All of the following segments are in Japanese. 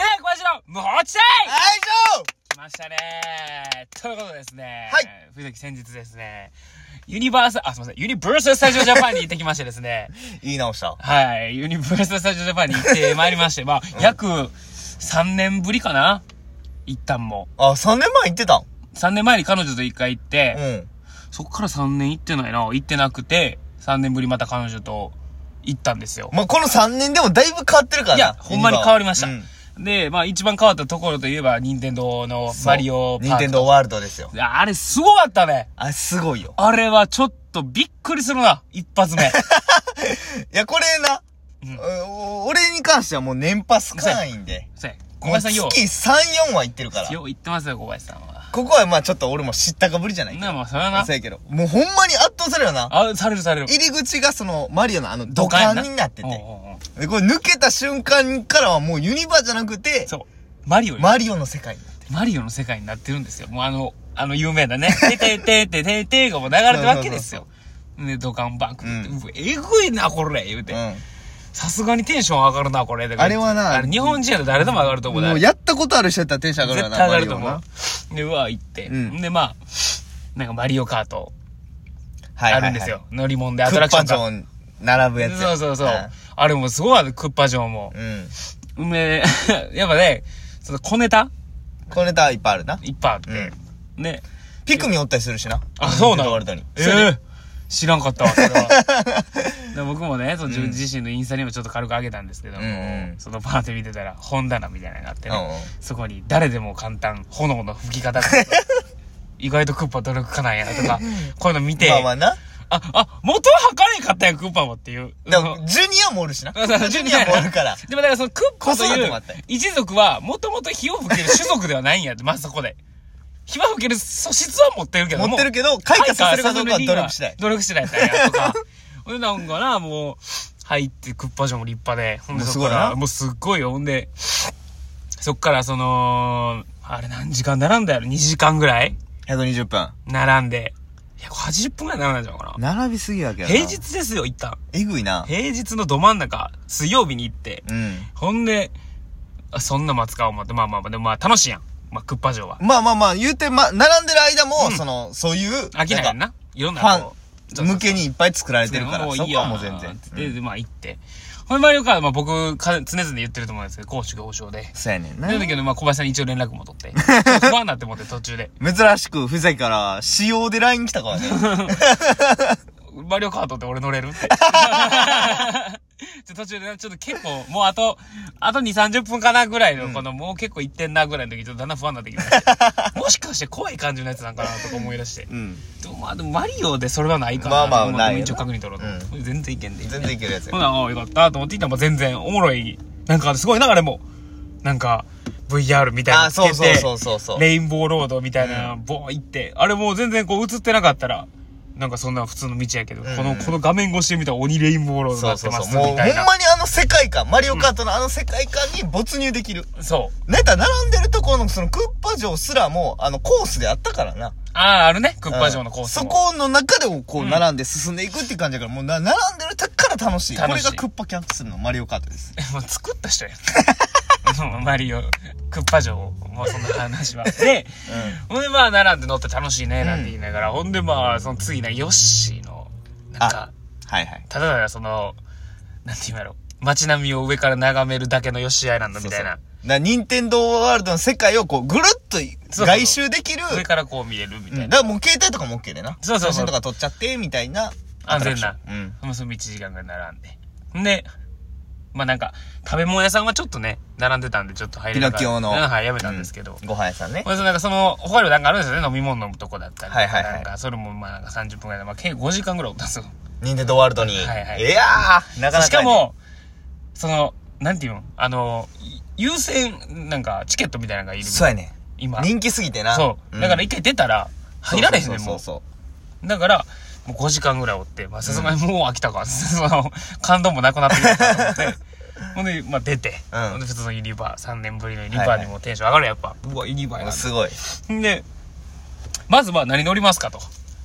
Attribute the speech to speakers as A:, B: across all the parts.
A: もう落ちたい
B: 大丈夫
A: 来ましたねということでですね。
B: はい。
A: 藤崎先日ですね、ユニバース、あ、すみません、ユニバーサルスタジオジャパンに行ってきましてですね、
B: 言い直した。
A: はい、ユニバーサルスタジオジャパンに行ってまいりまして、まあ、約3年ぶりかな一旦も。
B: あ、3年前行ってたん
A: 3年前に彼女と一回行って、
B: うん。
A: そっから3年行ってないな。行ってなくて、3年ぶりまた彼女と行ったんですよ。
B: まあ、この3年でもだいぶ変わってるから
A: い
B: な。
A: や、ほんまに変わりました。
B: うん
A: で、まあ一番変わったところといえば、任天堂のマリオパーク。
B: ニンテンドーワールドですよ。
A: いやあれすごかったね。
B: あ、すごいよ。
A: あれはちょっとびっくりするな。一発目。
B: いや、これな、
A: うん
B: お俺に関してはもう年パス会員で。
A: そうや小林さんよ
B: もう月3、4は行ってるから
A: う、。よう言ってますよ、小林さんは。
B: ここはまあちょっと俺も知ったかぶりじゃない
A: な、まあそれはな
B: そう。やけど。もうほんまに圧倒されるよな。
A: あ、されるされる。
B: 入り口がその、マリオのあの、土管になって
A: おうお
B: て。
A: うおう
B: で、これ抜けた瞬間からはもうユニバじゃなくて、
A: そう。マリオよ
B: マリオの世界になって
A: マリオの世界になってるんですよ。もうあの、あの有名なね、ててててててがもう流れてるわけですよ。で、ドカンバンクって、
B: うん
A: うわえぐいな、これ、言うて。
B: る。
A: さすがにテンション上がるな、これ。
B: あれはな
A: あれ日本人やと誰でも上がると思う
B: も
A: だ
B: うやったことある人やったらテンション上がるよ
A: 絶対
B: な。
A: 上がると
B: マリオ
A: 思
B: な
A: う。で、うわ、行って。
B: うん
A: で、まあ、なんかマリオカート
B: はいは
A: あ
B: いはい
A: るんですよ。。乗り物でア
B: ク
A: トラ
B: ッ
A: クショ
B: パ
A: ン
B: 城
A: が。
B: 並ぶやつや。
A: そうそうそう。あれもすごいある、クッパ城も。
B: うん。うん。
A: で、 やっぱね、その小ネタ
B: このネタいっぱいあるな。
A: いっぱいあって。ね。
B: ピクミンおったりするしな。
A: あ、そうな
B: の
A: の
B: ワールドに。
A: ええ知らんかったわ、それ は。で僕もね、その自分自身のインスタにもちょっと軽く上げたんですけど、
B: うんうん
A: そのパーティー見てたら、本棚みたいなのがあってね、
B: うんうん
A: そこに誰でも簡単、炎の吹き方が。意外とクッパ努力家なんやなとか、こういうの見て、
B: ま
A: あ
B: あまあな。
A: あ、元は測れんかったよ、クッパもっていう。
B: で
A: その
B: も、ジュニアもおるしな。
A: あそう
B: ジュニアもおるから。
A: でもだからそのクッパと
B: 子育
A: い
B: てもあ
A: う
B: ったよ
A: 一族は、もともと火を吹ける種族ではないんやって、まずそこで。火は吹ける素質は持ってるけども。
B: 持ってるけど、開花させるかどうかは努力次第。
A: 努力次第やったんや、とか。 ほんで、なんかな、もう、入って、クッパ城も立派で。ほんで、
B: もうす
A: そ
B: ご
A: っ
B: いな
A: から、もうすっごいよ。ほんで、そっから、その、あれ何時間並んだやろ ?2 時間ぐらい
B: 120分。
A: 並んで。180分ぐらい並んだんじゃんかな。
B: 並びすぎやけどな。
A: 平日ですよ、一旦。
B: えぐいな。
A: 平日のど真ん中、水曜日に行って。
B: うん。
A: ほんで、あそんな待つか思って、まあまあまあ、でもまあ楽しいやん。まあ、クッパ城は。
B: まあまあまあ、言うて、ま、並んでる間も、その、そういう、
A: 飽きないやん
B: な
A: な。いろん
B: ん
A: な
B: か
A: こう
B: ファン向けにいっぱい作られてるから、
A: もう
B: そ
A: いい
B: こ
A: や
B: はもう全然。
A: で、
B: うん
A: でまあ行って。ほんでマリオカード、まあ僕、か常々言ってると思うんですけど、公主行商で。
B: そうやねんな。
A: なんだけど、まあ小林さんに一応連絡も取って。ちょっと不安になって思って途中で。
B: 珍しく、ふざけから、仕様で LINE 来たからね。
A: マリオカートって俺乗れるって。 ちょ途中でな、ちょっと結構、もうあと、あと2、30分かなぐらいの、この、もう結構行ってんなぐらいの時、ちょっとだんだん不安になってきま して。もしかして怖い感じのやつなんかなとか思い出して
B: う。ん。
A: でもまあでもマリオでそれはないか
B: ま
A: ら、
B: あまあ
A: でも
B: ないよな
A: 一応確認取ろうと思って、全然いけんで。
B: 全然いけるやつ
A: ほ
B: や。
A: な、ああ、よかったと思っていたら、まあ全然おもろい。なんか、すごいな、あれも。なんか、VR みたいな
B: あ、
A: のつ
B: そうそう
A: け
B: そうそうそう
A: て、。レインボーロードみたいな、ボーン行って、あれもう全然こう映ってなかったら、なんかそんな普通の道やけど、
B: ん
A: この、この画面越しで見たら鬼レインボーロードに
B: そ
A: なっ
B: う
A: てま
B: そうそう。
A: す、
B: もう、ほ
A: み
B: ん
A: たいな。
B: まにあの世界観、マリオカートのあの世界観に没入できる。
A: そう。
B: なんやったら並んでるところのそのクッパ城すらも、あのコースであったからな。
A: ああ、あるね、クッパ城のコース
B: そ
A: も。
B: この中でこう並んで進んでいくっていう感じだから、もうな並んでるとこから楽しい。
A: 楽しい
B: これがクッパキャンプするのマリオカートです。
A: もう作った人や ん。もうマリオ、クッパ城を、もうそんな 話は。で、ほんでまあ、並んで乗って楽しいね、なんて言いながら、ほんでまあ、その次な、ヨッシーの、なんか、
B: はいはい。
A: ただただその、なんて言うんやろ、街並みを上から眺めるだけのヨシアイランドみたいな
B: そう。そう。な、任天堂ワールドの世界をこう、ぐるっと
A: そう
B: 外周できる。
A: 上からこう見れるみた
B: う
A: いな。
B: んだからもう携帯とかも OK でな。
A: そうそうそう
B: 写真とか撮っちゃって、みたいな。
A: 安全な。
B: うん。
A: そのその1時間ぐらい並んで。んで、まあなんか、食べ物屋さんはちょっとね、並んでたんでちょっと入れなかった
B: ピノキオの
A: うんはい、やめたんですけど。
B: ご飯屋さんね。
A: まあ、そのなんかその、他にもなんかあるんですよね、飲み物飲むとこだったりとか。
B: はいはいはい
A: なんか、それもまあなんか30分ぐらいで、まあ計5時間ぐらいおったんですよ。
B: 任天堂ワールドに。
A: はいはい
B: やー、なかなか、
A: しか、も、その、なんていうのあの、優先、なんか、チケットみたいなのがいる。
B: そうやね。
A: 今。
B: 人気すぎてな。
A: そう。
B: ん
A: だから一回出たら、入られへんねん、
B: そ
A: も
B: うそう
A: う。だから、もう5時間ぐらいおって、まあ、さすがにもう飽きたか。 その、感動もなくなってきたかと思 って。ほんで、まあ出て。
B: うん
A: ほんで、普通のユニバー、3年ぶりのユニ
B: は
A: バ
B: いは
A: ー
B: い
A: にもテンション上がるやっぱ。うわ、ユニバー
B: そう
A: や
B: すごい。
A: な。で、まずは何乗りますかと。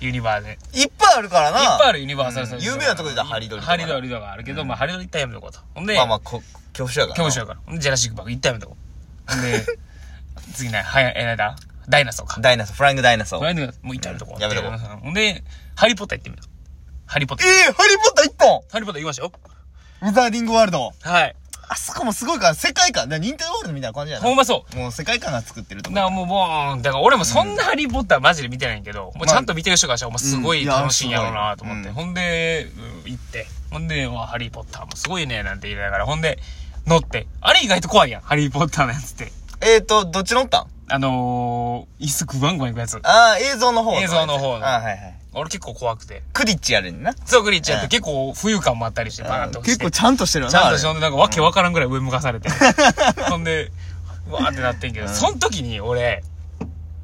A: ユニバーで。いっ
B: いっぱいあるからな。
A: ぱいあるユニバーサル
B: う
A: サ
B: ん
A: ル
B: 有名なとこで言うとハリドリとか
A: ハリドリとかあるけど、まあハリドリ一旦やめとこうと。ほんで、
B: まあまあ、こ恐怖症やから
A: 教
B: な。
A: 師やから。ほんで、ジャラシックパーク一旦やめとこう。 で、次な、はや、えなんだダイナソーか。
B: ダイナソー、フライングダイナソ
A: フラ
B: ー。
A: イングもう至るとこ。
B: やめとこう
A: ほんで、ハリーポッター行ってみよう。ハリーポッ
B: え
A: ター。
B: ー、ハリーポッター一本
A: ハリーポッター行きましょ
B: ウザーディングワールド。
A: う。はい。
B: あそこもすごいから、世界観。だからニンテンドーワールドみたいな感じじゃな
A: ほん
B: い
A: まそ
B: もう世界観が作ってると
A: う。
B: 思
A: な、
B: う。
A: もうボーン。だから俺もそんなハリーポッターマジで見てないんやけど、もうちゃんと見てる人からしたら、もうすご
B: うん
A: い
B: いや
A: 楽しいんやろうなと思って。
B: す
A: ほんで、うん行って。ほんで、わハリーポッターもすごいね、なんて言いながら。ほんで、乗って。あれ意外と怖いやん。ハリーポッターのやつって。
B: えーと、どっち乗ったん
A: あのー、椅子食わんごわん行くやつ。
B: ああ、映像の方
A: 映像の方の
B: あーはいはい。
A: 俺結構怖くて。
B: クリッチやるんな。
A: そう、グリッチやっ
B: う
A: て
B: ん
A: 結構浮遊感もあったりして、バーンと落ち
B: 結
A: て
B: 構ちゃんとしてるよ
A: ちゃん
B: な。
A: とし
B: あ
A: ん
B: れ
A: で、なんかわけわからんぐらい上向かされて。ほんで、わーってなってんけど、
B: うん
A: その時に俺、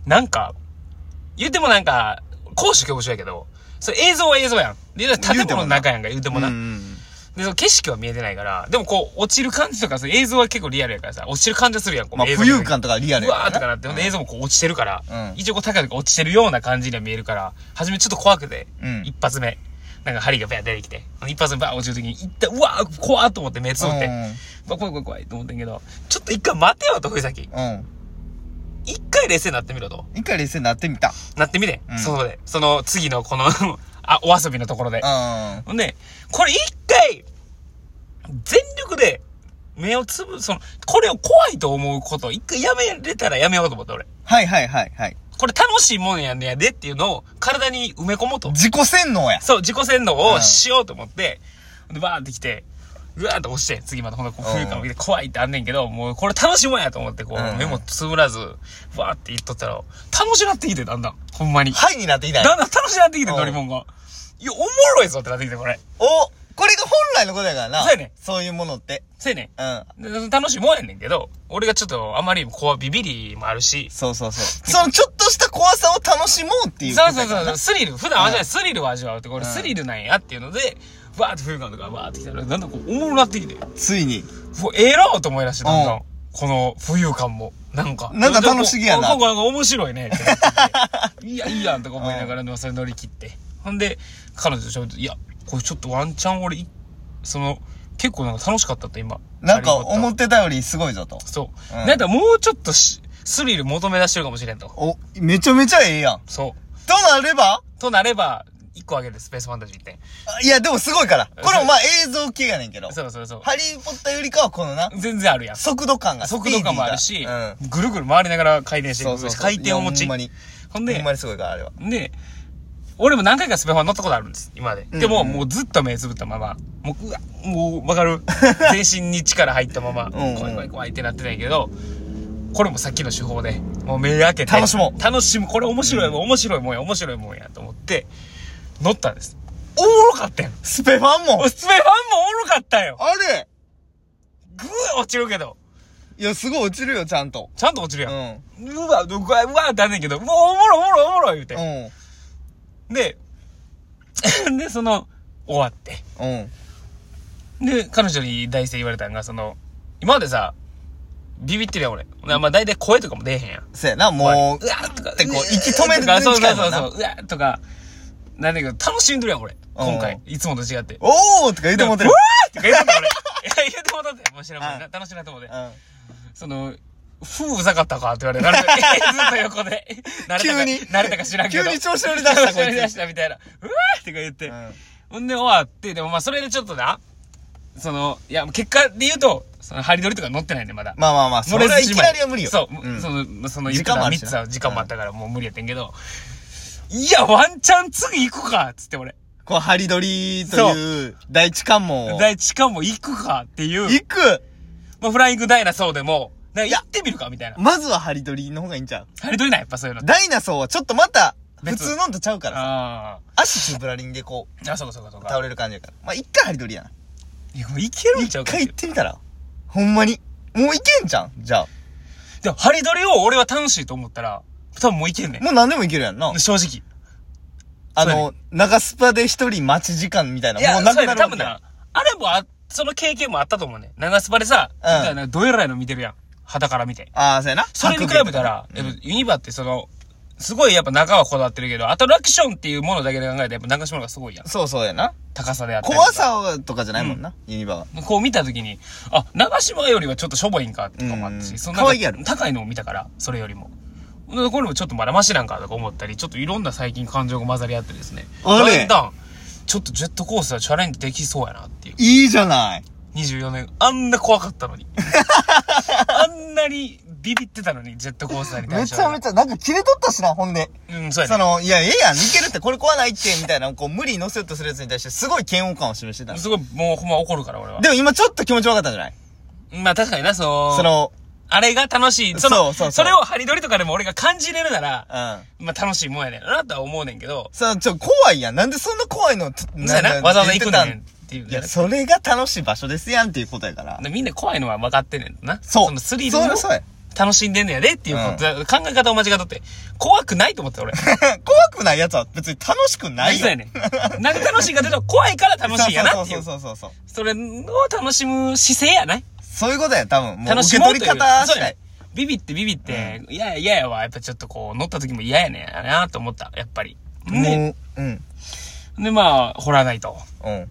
A: なんか、言うてもなんか、公主恐怖症やけど、それ映像は映像やん。で、建物の中やんか、言うてもな。
B: うんうん
A: で、その景色は見えてないから、でもこう、落ちる感じとか、その映像は結構リアルやからさ、落ちる感じはするやん、こ
B: う。
A: うん
B: まあ、
A: 映像見
B: 浮
A: てる
B: 遊感とかリアル
A: う
B: や
A: わーとかなって、ほんで映像もこう落ちてるから、
B: うん
A: 一応こう高く落ちてるような感じには見えるから、初めちょっと怖くて、
B: うん
A: 一発目。なんか針がバーン出てきて、一発目バーン落ちるときに、一旦、うわー怖ーと思って目つぶって、
B: うん
A: まあ怖い怖い怖いと思ってんけど、ちょっと一回待てよと、藤崎。
B: うん。
A: 一回冷静になってみろと。
B: 一回冷静になってみた。
A: なってみて、
B: うん
A: そこで。その次のこ の、あ、お遊びのところで。
B: うん。
A: ほんで、これ一回、全力で、目をつぶ、その、これを怖いと思うことを一回やめれたらやめようと思って、俺。
B: はいはいはいはい。
A: これ楽しいもんやねやでっていうのを体に埋め込もうと。
B: 自己洗脳や。
A: そう、自己洗脳
B: う
A: を
B: ん
A: しようと思って、で、バーンって来て、うわーって押して、次またほんとこう、
B: うん
A: 冬感を見て怖いってあんねんけど、もうこれ楽しいもんやと思って、こ
B: うん
A: う、目もつぶらず、わーって言っとったら、楽しなってきて、だんだん。ほんまに。
B: はいになってきた
A: だ
B: や
A: んだ ん楽しなってきて、
B: うん
A: 乗り物が。いや、おもろいぞってなってきて、これ。
B: おこれが本来のことやからな。
A: そうやね
B: そういうものって。
A: せやね
B: うん。
A: ん。でその楽しいもんやねんけど、俺がちょっとあまりにも怖いビビりもあるし、
B: そうそうそう。そのちょっとした怖さを楽しもうっていうこ
A: そ
B: と
A: うそう
B: やから
A: そ
B: な
A: う、スリル、普段味わ
B: う
A: う、スリルを味わうって、これ
B: うん
A: スリルなんやっていうので、わーって冬感とかわーってきたら、だんだんこう、おもろなってきて、う
B: ついに。
A: わええらーと思い出して、だんだ
B: うん
A: ん。この浮遊感も。なんか。
B: なんか楽しげやな
A: ここなんか面白い ね。ってなってきていや、いいやんとか思いながら、でもそれ乗り切って。ほんで、彼女と喋って、いや、これちょっとワンチャン俺い、その、結構なんか楽しかったって今。
B: なんか
A: ハリーポッター
B: 思ってたよりすごいぞと。
A: そう。
B: うん
A: なんかもうちょっとしスリル求め出してるかもしれんと。
B: お、めちゃめちゃええやん。
A: そう。
B: となれば
A: となれば、一個あげる、スペースファンタジーって。
B: あいや、でもすごいから。これもまあ映像系やねんけど。
A: そうそうそう。
B: ハリーポッターよりかはこのな、
A: 全然あるやん。
B: 速度感が
A: 速度感もあるし
B: スピーディーがうん、
A: ぐるぐる回りながら回転してい
B: そう
A: く
B: そう
A: し、
B: そう
A: 回転を持
B: いや
A: ち
B: ほんま。に。
A: ほん
B: ほ
A: で
B: んま、にすごいから、あれは。
A: で、俺も何回かスペファン乗ったことあるんです、今まで。
B: うん
A: でも、もうずっと目つぶったまま、もう、うわ、もう、わか る全身に力入ったまま、
B: んうん
A: 怖い怖い怖いってなってないけど、これもさっきの手法で、もう目開けて。
B: 楽しもう
A: 楽しむ。これ面白いもん、面白いもんや、面白いもんや、と思って、乗ったんです。おもろかったよ。
B: スペファンも
A: スペファンもおもろかったよ。
B: あれ
A: ぐー落ちるけど、
B: いや、すごい落ちるよ、ちゃんと。
A: ちゃんと落ちる
B: う
A: やん。
B: ん。
A: うわ、うわ、うわ、だねんけど、もうおもろいおもろいおもろい言うて
B: う。ん。
A: で、 で、その、終わって。
B: うん。
A: で、彼女に大生言われたんが、その、今までさ、ビビってるやん俺。なまあ大体声とかも出えへんやん。
B: せやな、もう
A: う、わーとか、
B: ってこう
A: わー
B: 息止める
A: とかそうそ
B: 近
A: う
B: いも
A: そ
B: ん
A: う
B: な
A: そう、うわーとか、なんだけど、楽しんでるやん俺。今回、いつもと違って。
B: おーとか言うてもうてる
A: うわ。ーとか言ってた俺。いや、言ってもらって、もう知らんもん
B: う
A: な。楽しいなと思って
B: う。ん。
A: その、ふううざかったかって言われた から、ずっと横で。慣れたか
B: 急に
A: 慣れたか知らんけど。
B: 急に調子乗り出したこい
A: 調
B: つ
A: 子乗り出したみたいな。うわーとか言って。
B: うん
A: ほんで終わって、でもまあそれでちょっとな、その、いや、結果で言うと、その、張り取りとか乗ってないんで、まだ。
B: まあまあまあ、それはいきなりは無理よ。
A: そう、
B: ん
A: その、その、
B: 時間もあるし
A: 3
B: な
A: つは時間もあったからもう無理やってんけど、いや、ワンチャン次行くかっつって俺。
B: こう、ハリドリという、第一関門を。
A: 第一関も行くかっていう、
B: 行く
A: まあ、フライングダイナソーでも、なんか行ってみるかみたいな。
B: まずはハリドリの方がいいんちゃう
A: 張り取りない、やっぱそういうの。
B: ダイナソーはちょっとまた、普
A: 別
B: 通のんとちゃうからさ。
A: あ
B: 足チューブラリンでこう、
A: あ。あ、そうかそうかそうか。
B: 倒れる感じやから。まあ、一回ハリドリやな。
A: いや、もういけるんちゃ
B: 一
A: うかってい
B: 回行
A: う
B: ってみたら。ほんまに。もういけんじゃんじゃあ。
A: でも、ハリドリを俺は楽しいと思ったら、多分もういけんね
B: もう何でもいけるやんな。
A: ん。正直。
B: あ
A: そうや
B: の、長スパで一人待ち時間みたいな。
A: いや、
B: もうなくなる
A: そうやね多
B: わけ
A: 分
B: やん
A: な、あれもあ、その経験もあったと思うね。長スパでさ、
B: うん
A: みたいな、どえらいの見てるやん。肌から見て。
B: ああ、そうやな。
A: それに比べたら、
B: 白
A: やっぱ
B: 米とか
A: ユニバってその、すごいやっぱ中はこだわってるけど、アトラクションっていうものだけで考えたらやっぱ流し物がすごいやん。
B: そうそうやな。
A: 高さであったりとか
B: 怖さとかじゃないもんな、ユニバは。
A: こう見たときに、あ、長島よりはちょっとしょぼいんかとかもあった
B: う
A: し、
B: ん
A: そん
B: 可愛いやろ
A: 高いのを見たから、それよりも。でこれもちょっとまだマシなんかとか思ったり、ちょっといろんな最近感情が混ざり合ってですね。
B: あれ
A: だんだん、ちょっとジェットコースターチャレンジできそうやなっていう。
B: いいじゃない。
A: 24年、あんな怖かったの に。あんなにビビってたのに、ジェットコースターに
B: め
A: 対し
B: ち
A: て
B: ゃ
A: は。
B: めちゃ、なんか切れとったしな、ほんで。
A: うん、そうやね。
B: その、いや、ええやん、いけるって、これ壊ないって、みたいな、こう、無理に乗せようとするやつに対して、すごい嫌悪感を示してたの。
A: すごい、もうほんま怒るから、俺は。
B: でも今ちょっと気持ち悪かったんじゃない
A: まあ確かにな、そう。
B: その、
A: あれが楽しい。その、
B: そうそうそう
A: れをハリドリとかでも俺が感じれるなら、
B: うん。
A: まあ楽しいもんやねんなとは思うねんけど、
B: さ、ちょ、怖いやん。なんでそんな怖いのつ
A: そうやな
B: なんか
A: わざわざ行くね
B: 言
A: ん
B: って
A: ってい
B: た
A: うんい
B: いや、
A: や
B: それが楽しい場所ですやんっていうことやから。
A: みんな怖いのは分かってんねんな。
B: そう。
A: のスリル
B: そ
A: を
B: うそうや。
A: 楽しんでんねやでっていうこと、考え方を間違っとって、怖くないと思ってた俺。
B: 怖くないやつは別に楽しく ないよ。
A: そうやねん。なんか楽しいかというと怖いから楽しいやなってい
B: そうう。そうそうそうそう。
A: それを楽しむ姿勢やない
B: そういうことや、多分。もう
A: 楽
B: 受
A: し
B: け
A: もう
B: 取
A: と
B: り
A: いう
B: 方
A: そう
B: 次
A: や
B: 第
A: ね。ビビってビビって、いやいやいやわ。やっぱちょっとこう、乗った時も嫌やねんやなと思った。やっぱり。ね。
B: もう、うん。
A: で、まあ、ホラーナイト。
B: うん。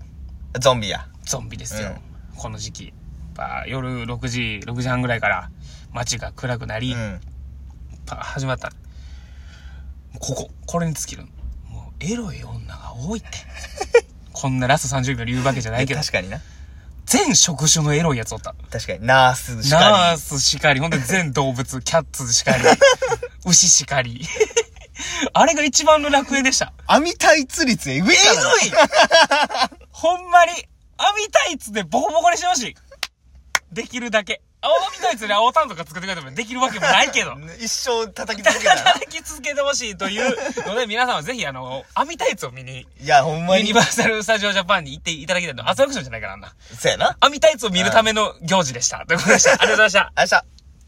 B: ゾンビや。
A: ゾンビですよ。この時期。まあ夜6時、6時半ぐらいから、街が暗くな
B: う
A: り、
B: ん。
A: パー始まった。ここ、これに尽きる。もう、エロい女が多 いって。こんなラスト30秒で言うわけじゃないけど、
B: 確かにな。
A: 全職種のエロいやつおった。
B: 確かに。ナースし
A: ナ
B: か
A: ースしかり、ほんで全動物、キャッツし かり、牛しかり。 あれが一番の楽園でした。
B: り。網対立率えぐい
A: え
B: からな
A: ぐい ほんまに、網タイツでボコボコにしてほしい。できるだけ。青網タイツで青タンとか作ってくれてもできるわけもないけど。
B: 一生叩き
A: だ
B: 続け
A: か
B: た
A: ら
B: ら。
A: 働き続けてほしいというの で、皆さんはぜひあの、網タイツを見に、
B: いや、ほんま
A: ユニ
B: に
A: バ。ーサル・スタジオ・ジャパンに行っていただきたいの。アトラクションじゃないからあんな。
B: そうやな。
A: 網タイツを見るための行事でした。ということでした。ありがとうございました。
B: 明日。